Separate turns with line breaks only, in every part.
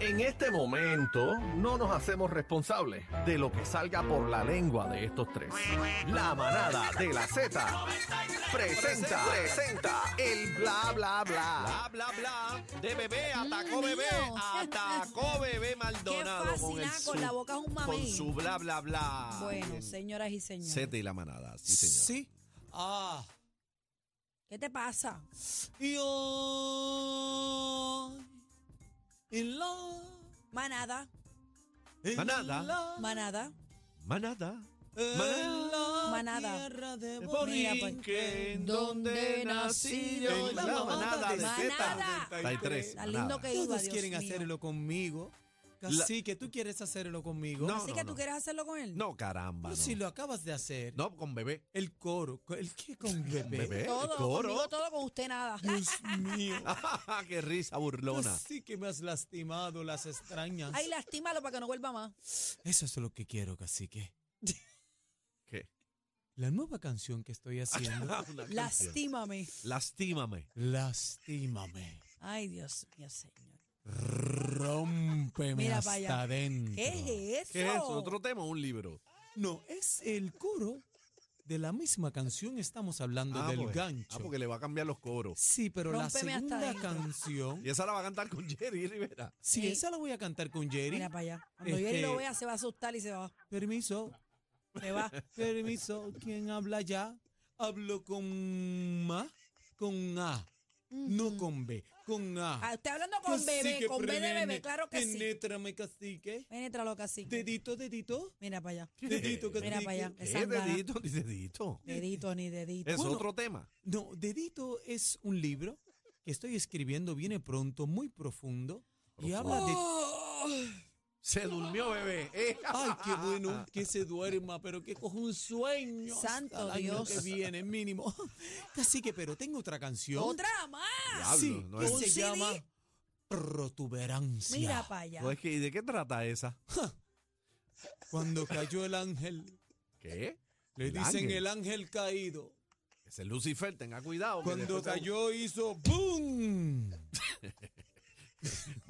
En este momento no nos hacemos responsables de lo que salga por la lengua de estos tres. La manada de la Z presenta, presenta el bla bla bla.
Bla, bla, bla. De bebé, atacó
Mm,
bebé.
niño.
Atacó bebé Maldonado.
Qué fácil,
con, el
ah, con
su-
la boca es un mamey.
Con su bla, bla, bla.
Bueno, señoras y señores.
Sete y la manada. Sí, señor.
Sí. Ah.
¿Qué te pasa?
Y hoy. En la.
Manada,
En
Manada.
la-
manada.
Manada.
en la
Manada.
tierra de
Mira, pues.
Borinquen,
Donde nací yo,
en la manada de
Manada.
Zeta.
33.
Tan lindo
manada.
que iba,
Todos
Dios
quieren
mío.
hacerlo conmigo.
La-
Así que tú quieres hacerlo conmigo.
No,
Así que tú quieres hacerlo con él.
No, caramba.
Pero
No.
si lo acabas de hacer.
No, con bebé.
El coro. ¿El qué con bebé?
Bebé. Ah,
Todo,
¿eh? el coro.
conmigo todo, con usted nada.
Dios mío.
¡Qué risa burlona!
Así que me has lastimado las extrañas.
Ay, lastímalo para que no vuelva más.
Eso es lo que quiero, cacique.
¿Qué?
La nueva canción que estoy haciendo,
Una canción.
Lastímame.
Lastímame.
Lastímame,
Ay, Dios mío, señor.
rómpeme
Mira pa' allá.
hasta adentro.
¿Qué es eso?
¿Qué es eso? ¿Otro tema o un libro?
No, es el coro de la misma canción, estamos hablando del
porque-
gancho.
Ah, porque le va a cambiar los coros.
Sí, pero la
Rómpeme hasta
segunda
adentro.
canción,
Y esa la va a cantar con Jerry Rivera.
sí,
Sí.
esa la voy a cantar con Jerry.
Mira para allá. Cuando yo
Este-
lo vea, se va a asustar y se va.
Permiso,
Se va.
permiso, ¿quién habla ya? Hablo con ma, con A, no con B, con A.
Ah, usted hablando con bebé,
Cacique,
con B de bebé,
prevene,
claro que sí.
Penétrame, cacique.
Penétralo, cacique.
Dedito, dedito.
Mira para allá.
Dedito, cacique.
Mira para allá.
¿Qué
Esa nada.
dedito ni dedito?
Dedito ni dedito.
Es
Bueno.
otro tema.
No, dedito es un libro que estoy escribiendo, viene pronto, muy profundo. Y habla de.
Se durmió, bebé. Eh,
Oh.
¡Ay, qué bueno! Que se duerma, pero que coja un sueño. hasta
Santo
el año
Dios.
que viene, mínimo. Cacique, pero tengo otra canción.
¡Otra
Diablo,
más!
Sí,
no
que
es-
¿Un
se
CD?
llama Protuberancia.
Mira para allá.
no,
pues,
es que, ¿Y de qué trata esa?
Cuando cayó el ángel,
¿Qué?
le
El
dicen
ángel.
el ángel caído.
Ese Lucifer, tenga cuidado. que
Cuando
después te-
cayó hizo ¡Bum!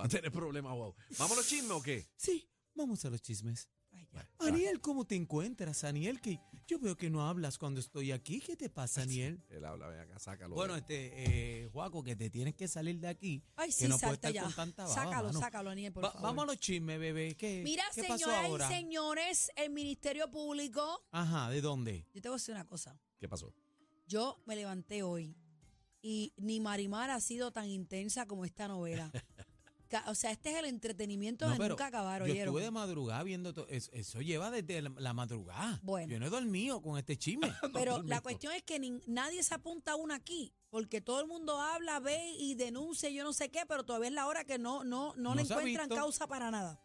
Va a tener problemas, wow. ¿Vámonos chisme o qué?
Sí, vamos a los chismes.
Ay, ya.
Aniel, ¿cómo te encuentras, Aniel? Que yo veo que no hablas cuando estoy aquí. ¿Qué te pasa, Aniel?
Él habla, ven acá, sácalo.
Bueno,
de-
este, eh, Juaco, que te tienes que salir de aquí.
Ay,
que
sí,
no puedes
salta
estar
ya.
con tanta baba,
sácalo,
mano.
sácalo, Aniel, por
Va-
favor.
Vamos a los chismes, bebé. ¿Qué,
Mira,
qué
señoras
pasó ahora?
y señores, el Ministerio Público,
Ajá, ¿de dónde?
yo te voy a decir una cosa.
¿Qué pasó?
Yo me levanté hoy y ni Marimar ha sido tan intensa como esta novela. Ca- o sea, este es el entretenimiento
No,
de
pero
nunca acabar,
Yo
¿oyeron?
estuve de madrugada viendo todo. Eso, lleva desde la, la madrugada.
Bueno.
Yo no he dormido con este chisme.
Pero
dormí
la
todo.
cuestión es que nin- nadie se apunta a una aquí, porque todo el mundo habla, ve y denuncia, y yo no sé qué, pero todavía es la hora que no, no, no,
No
le
se ha
encuentran
visto.
causa para nada.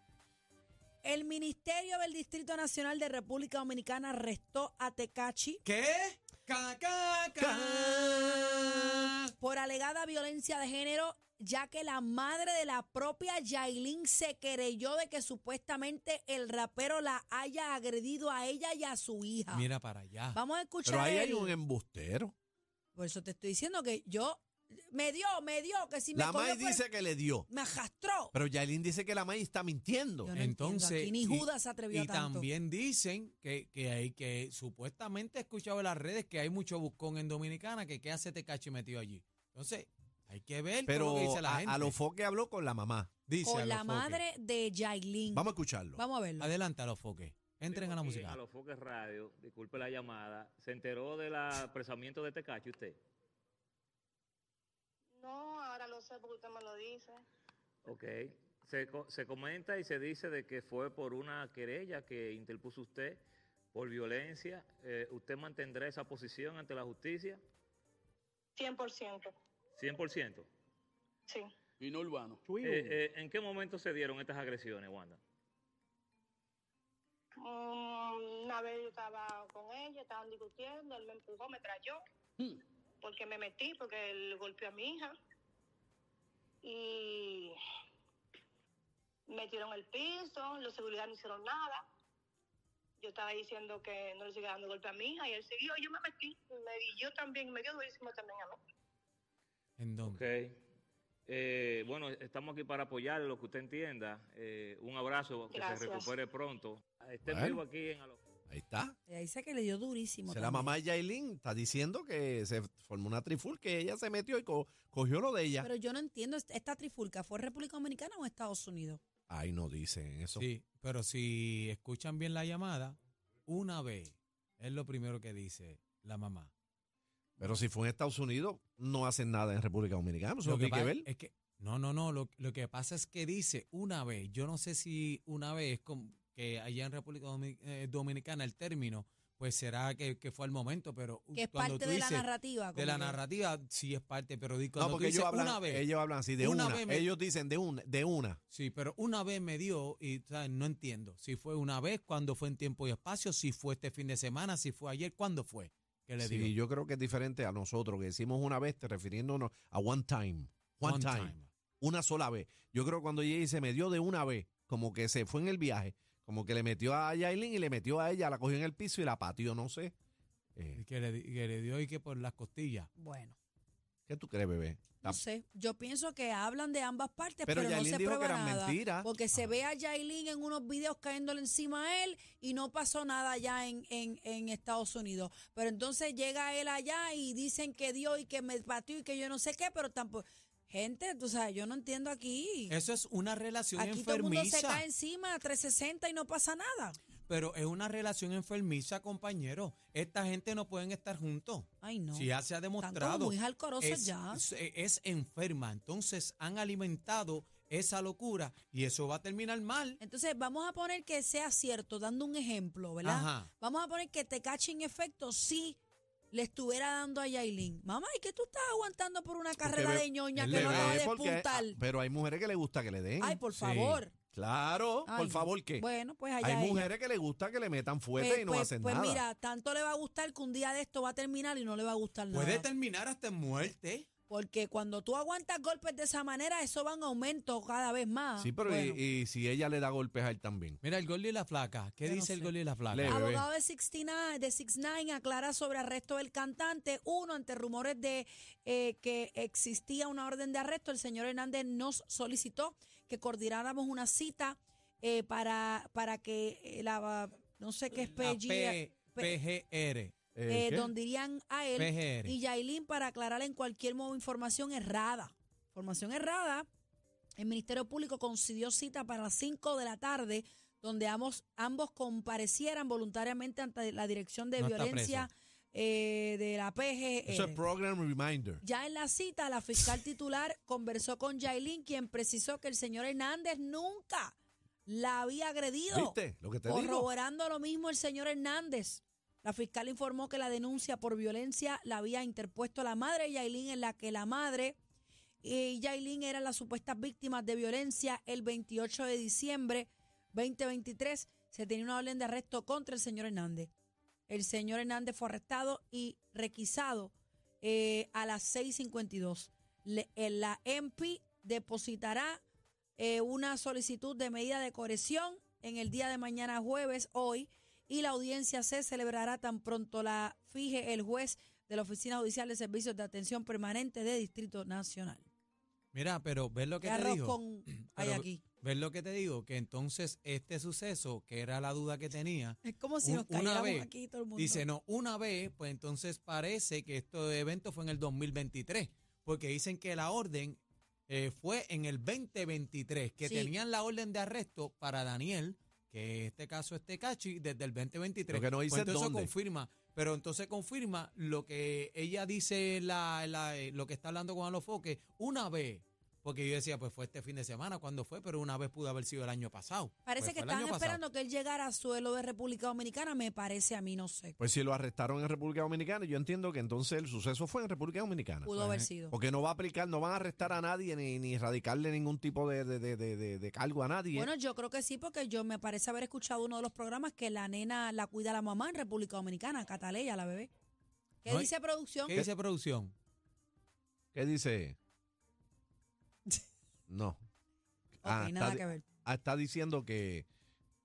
El Ministerio del Distrito Nacional de República Dominicana arrestó a Tecachi
¿Qué? Ca, ca, ca.
por alegada violencia de género, ya que la madre de la propia Yailin se querelló de que supuestamente el rapero la haya agredido a ella y a su hija.
Mira para allá.
Ah. Vamos a escuchar.
Pero ahí
el-
hay un embustero.
Por eso te estoy diciendo que yo me dio, me dio, que si
La
me cogió
May
por el-
dice que le dio.
me arrastró.
Pero Yailin dice que la May está mintiendo.
Yo no
Entonces,
entiendo aquí, ni
y-
Judas se atrevió a
Y
tanto.
también dicen que, que hay que supuestamente he escuchado en las redes que hay mucho buscón en Dominicana, que qué hace Tecachi metido allí. Entonces, hay que ver con lo
Pero
que dice la
a,
gente.
a lo foque habló con la mamá.
Dice a
con
lo
la
foque.
madre de Yailin.
Vamos a escucharlo.
Vamos a verlo.
Adelante a los foques. Entren a la
Porque
música.
A los Foques Radio, disculpe la llamada, ¿se enteró del apresamiento de Tecachi usted?
No, ahora lo sé porque usted me lo dice.
Ok. Se, co- se comenta y se dice de que fue por una querella que interpuso usted por violencia. Eh, ¿Usted mantendrá esa posición ante la justicia?
100%.
100%.
Sí.
Eh, eh, ¿En qué momento se dieron estas agresiones, Wanda?
Mm, Una vez yo estaba con ella, estaban discutiendo, él me empujó, me trayó. Porque me metí, porque él golpeó a mi hija. Y me tiró en el piso, los seguridad no hicieron nada. Yo estaba diciendo que no le siga dando golpe a mi hija y él siguió, yo me metí, me, y yo también, me dio durísimo también a mí.
¿En dónde?
Ok. Eh, bueno, estamos aquí para apoyarle lo que usted entienda. Eh, un abrazo, que se
Gracias.
recupere pronto. Esté
Bueno.
vivo aquí en Alo-
Ahí está.
Ella dice que le dio durísimo.
Se la
también.
mamá de Yailin está diciendo que se formó una triful, que ella se metió y co- cogió lo de ella.
Pero yo no entiendo, ¿est- ¿esta trifulca fue en República Dominicana o en Estados Unidos?
Ay, no dicen eso.
Sí, pero si escuchan bien la llamada, una vez es lo primero que dice la mamá.
Pero si fue en Estados Unidos, no hacen nada en República Dominicana. Eso no tiene pues, que
pasa
ver.
Es que, no, no, no. Lo, lo que pasa es que dice una vez. Yo no sé si una vez es como que allá en República Domi- eh, Dominicana el término, pues será que, que fue al momento, pero
Que es
cuando
parte
tú
de la
dices
narrativa.
de
como
la
que-
narrativa, sí es parte, pero di- cuando
No,
tú
porque
dices
ellos hablan,
una vez,
ellos hablan así, de
Una
una.
vez me-
Ellos dicen de una, de una.
sí, pero una vez me dio y ¿sabes? no entiendo. Si fue una vez, cuándo fue en tiempo y espacio, si fue este fin de semana, si fue ayer, cuándo fue que le
Sí,
dio.
yo creo que es diferente a nosotros, que decimos una vez, te refiriéndonos a one time. One,
One
time. Una sola vez. Yo creo que cuando ella dice, me dio de una vez, como que se fue en el viaje, como que le metió a Yailin y le metió a ella, la cogió en el piso y la pateó, no sé. Eh,
Y Que le, di- que le dio y que por las costillas.
Bueno,
¿Qué tú crees, bebé?
no sé. Yo pienso que hablan de ambas partes, Eh, pero,
Pero
no
Yailin
se
dijo que
prueba
eran
nada.
mentiras.
Porque se
Ah.
Ajá.
ve a Yailin en unos videos cayéndole encima a él y no pasó nada allá en, en, en Estados Unidos. Pero entonces llega él allá y dicen que dio y que me batió y que yo no sé qué, pero tampoco... Gente, tú sabes, yo no entiendo aquí.
Eso es una relación
Aquí todo el mundo
enfermiza.
se cae encima a 360 y no pasa nada.
Pero es una relación enfermiza, compañero. Esta gente no pueden estar juntos.
Ay, no.
Si ya se ha
Están como
demostrado.
muy jalcorosos
Es,
ya.
es- es enferma. Entonces han alimentado esa locura y eso va a terminar mal.
Entonces, vamos a poner que sea cierto, dando un ejemplo, ¿verdad?
Ajá.
Vamos a poner que Tecachi en efecto sí le estuviera dando a Yailin. Mamá, ¿y qué tú estás aguantando por una carrera
ve-
de ñoña
él
que
le
no
ve
acaba de
porque-
despuntar?
ah, pero hay mujeres que le gusta que le den.
Ay, por
sí.
favor.
Claro,
Ay,
por favor, ¿qué?
Bueno, pues allá
hay
ella.
mujeres que le gusta que le metan fuerte
Pues-
y no
pues-
hacen
pues
nada.
mira, tanto le va a gustar que un día de esto va a terminar y no le va a gustar
Puede
nada.
terminar hasta en muerte.
Porque cuando tú aguantas golpes de esa manera, eso va en aumento cada vez más.
sí, pero y-
Bueno.
y, si ella le da golpes a él también.
Mira, el gol y la flaca. ¿Qué
Yo no
dice el
sé. Ah,
gol y la flaca?
Leo. bebé.
Abogado de 69, de 69 aclara sobre arresto del cantante. Uno, ante rumores de eh, que existía una orden de arresto, el señor Hernández nos solicitó que coordináramos una cita eh, para, para que eh, la, no sé qué es
La
PG,
P-
P-
PGR.
Eh,
eh,
¿qué?
donde irían a él
PGR.
y Yailin para aclarar en cualquier mo- información errada. Información errada. El Ministerio Público concedió cita para las 5 de la tarde, donde ambos, ambos comparecieran voluntariamente ante la Dirección de
No está
Violencia eh, de la PGR.
Eso es Program Reminder.
Ya en la cita, la fiscal titular conversó con Yailin, quien precisó que el señor Hernández nunca la había agredido.
¿Viste lo que te digo?
Corroborando lo mismo el señor Hernández. La fiscal informó que la denuncia por violencia la había interpuesto la madre de Yailin, en la que la madre y Yailin eran las supuestas víctimas de violencia el 28 de diciembre 2023. Se tenía una orden de arresto contra el señor Hernández. El señor Hernández fue arrestado y requisado eh, a las 6.52. Le- eh, la MP depositará eh, una solicitud de medida de coerción en el día de mañana jueves, hoy, y la audiencia se celebrará tan pronto la fije el juez de la Oficina Judicial de Servicios de Atención Permanente de Distrito Nacional.
Mira, pero ves lo
¿Qué
que te
arroz
digo.
con hay
Pero-
aquí?
¿Ves lo que te digo? Que entonces este suceso, que era la duda que tenía,
Es como si
Un-
nos
una
cayéramos
vez,
aquí todo el mundo.
Dice, no, una vez, pues entonces parece que este evento fue en el 2023, porque dicen que la orden eh, fue en el 2023, que
Sí.
tenían la orden de arresto para Daniel, que este caso es Tecachi, desde el 2023.
Lo que no dice
Pues entonces
dónde.
confirma, pero entonces confirma lo que ella dice, la, la- eh, lo que está hablando con Alofoque, una vez. Porque yo decía, pues fue este fin de semana, cuando fue? Pero una vez pudo haber sido el año pasado.
Parece
Pues
que
fue el año
estaban
pasado.
esperando que él llegara a suelo de República Dominicana, me parece a mí, no sé.
Pues si lo arrestaron en República Dominicana, yo entiendo que entonces el suceso fue en República Dominicana.
Pudo haber
eh,
sido.
Porque no va a aplicar, no van a arrestar a nadie ni, ni erradicarle ningún tipo de, de- de- de- de- de cargo a nadie.
eh.
Bueno, yo creo que sí, porque yo me parece haber escuchado uno de los programas que la nena la cuida la mamá en República Dominicana, Cataleya, la bebé. ¿Qué
No, y-
dice producción?
¿Qué dice producción?
¿Qué dice? No.
Ok, nada
está,
que ver.
ah, está diciendo que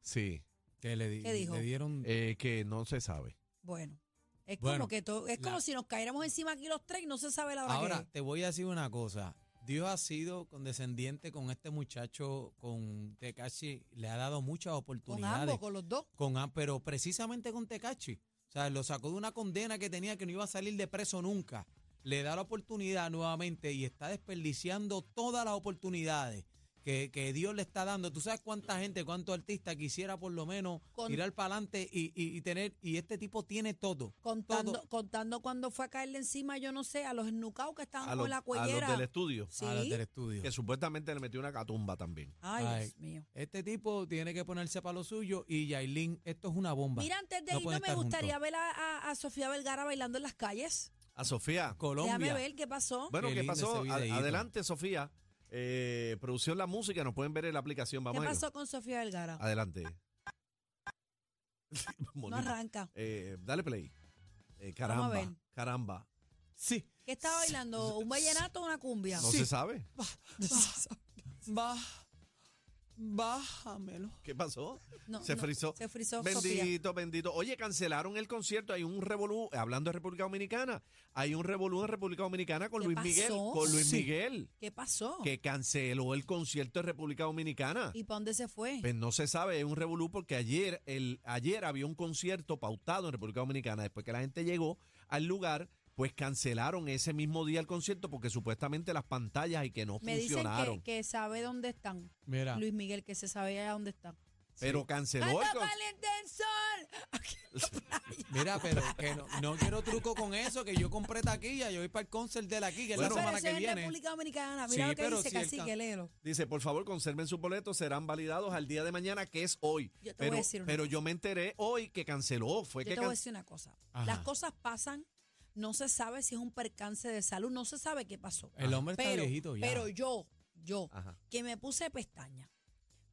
sí,
Que le, di-
¿Qué dijo?
le dieron
eh, que no se sabe.
Bueno, es
Bueno,
como que todo, es como
la-
si nos cayéramos encima aquí los tres y no se sabe la hora
Ahora,
que es.
te voy a decir una cosa. Dios ha sido condescendiente con este muchacho, con Tecachi, le ha dado muchas
Con
oportunidades.
ambos, con los dos.
con a- pero precisamente con Tecachi. O sea, lo sacó de una condena que tenía que no iba a salir de preso nunca. Le da la oportunidad nuevamente y está desperdiciando todas las oportunidades que, que Dios le está dando. ¿Tú sabes cuánta gente, cuánto artista quisiera por lo menos
Con-
tirar para adelante y, y- y tener? Y este tipo tiene todo.
Contando,
Todo.
contando cuando fue a caerle encima, yo no sé, a los esnucaos que estaban
A
con
los, a
la
los
cuellera.
del estudio,
Sí.
A los del estudio.
que supuestamente le metió una catumba también.
Ay,
Ay.
Dios mío.
Este tipo tiene que ponerse para lo suyo y Yailin, esto es una bomba.
Mira, antes de
No
irnos,
pueden
me
estar
gustaría ver a, a- a Sofía Vergara bailando en las calles.
A Sofía.
Colombia.
Déjame ver qué pasó.
Bueno,
Qué
¿qué
lindo
pasó?
ese
Ad-
videíto.
Adelante, Sofía. Eh, producción La Música, nos pueden ver en la aplicación. Vamos
¿Qué
a ver.
pasó con Sofía Vergara?
Adelante.
No
Molina.
arranca.
Eh, dale play. Eh,
Vamos a ver.
caramba, caramba.
Sí.
¿Qué está bailando? ¿Un vallenato o una cumbia?
No
Sí.
se sabe.
Bah, bájamelo.
¿Qué pasó?
No,
se
no.
frizó.
Se frizó Sofía.
Bendito, bendito. Oye, cancelaron el concierto. Hay un revolú, hablando de República Dominicana, hay un revolú en República Dominicana con
¿Qué
Luis Miguel.
pasó?
Con Luis
Sí.
Miguel,
¿Qué pasó?
que canceló el concierto en República Dominicana.
¿Y para dónde se fue?
Pues no se sabe, es un revolú porque ayer, el, ayer había un concierto pautado en República Dominicana. Después que la gente llegó al lugar, pues cancelaron ese mismo día el concierto porque supuestamente las pantallas y que no
Me dicen
funcionaron.
que, que sabe dónde están.
Mira.
Luis Miguel, que se sabía dónde están.
Pero canceló el
¡Anda
concierto.
caliente el sol! Aquí en la playa.
Mira, pero que no, no quiero truco con eso, que yo compré taquilla, yo voy para el concert de la Kika, es la
Bueno,
Pero
semana
eso es
que
en
viene.
República Dominicana. Mira
Sí,
lo que
pero
dice
si el
Cacique,
can-
léelo.
Dice, por favor, conserven sus boletos, serán validados al día de mañana, que es hoy.
Yo te
pero,
voy a decir una
pero
cosa.
yo me enteré hoy que canceló. Fue
Yo
que
te voy a
can-
decir una cosa.
Ajá.
Las cosas pasan, no se sabe si es un percance de salud, no se sabe qué pasó.
El hombre está
pero,
viejito ya. Ah.
Pero yo, yo,
Ajá.
que me puse pestaña,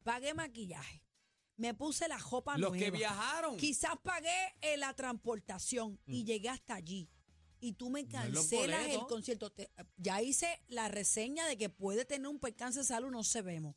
pagué maquillaje, me puse la jopa
Los
nueva.
que viajaron.
Quizás pagué eh, la transportación
Mm.
y llegué hasta allí. Y tú me
No es los
cancelas el
boletos.
concierto. Te- ya hice la reseña de que puede tener un percance de salud, no se vemos.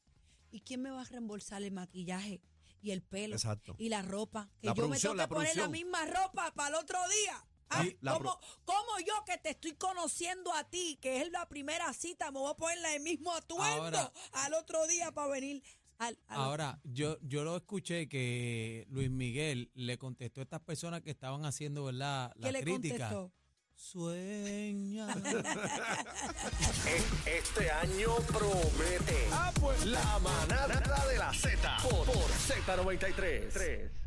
¿Y quién me va a reembolsar el maquillaje y el pelo
Exacto.
y la ropa? Que
La
yo me
producción, la
tengo que poner la
producción.
misma ropa para el otro día. Ah,
Sí, la
¿cómo, cómo yo que te estoy conociendo a ti, que es la primera cita, me voy a poner la- el mismo atuendo
Ahora-
al otro día para venir al, al-
Ahora, yo, yo lo escuché que Luis Miguel le contestó a estas personas que estaban haciendo, ¿verdad? La
¿Qué le
crítica.
contestó?
Sueña.
Este año promete. La manada de la Z por, por Z93. 3.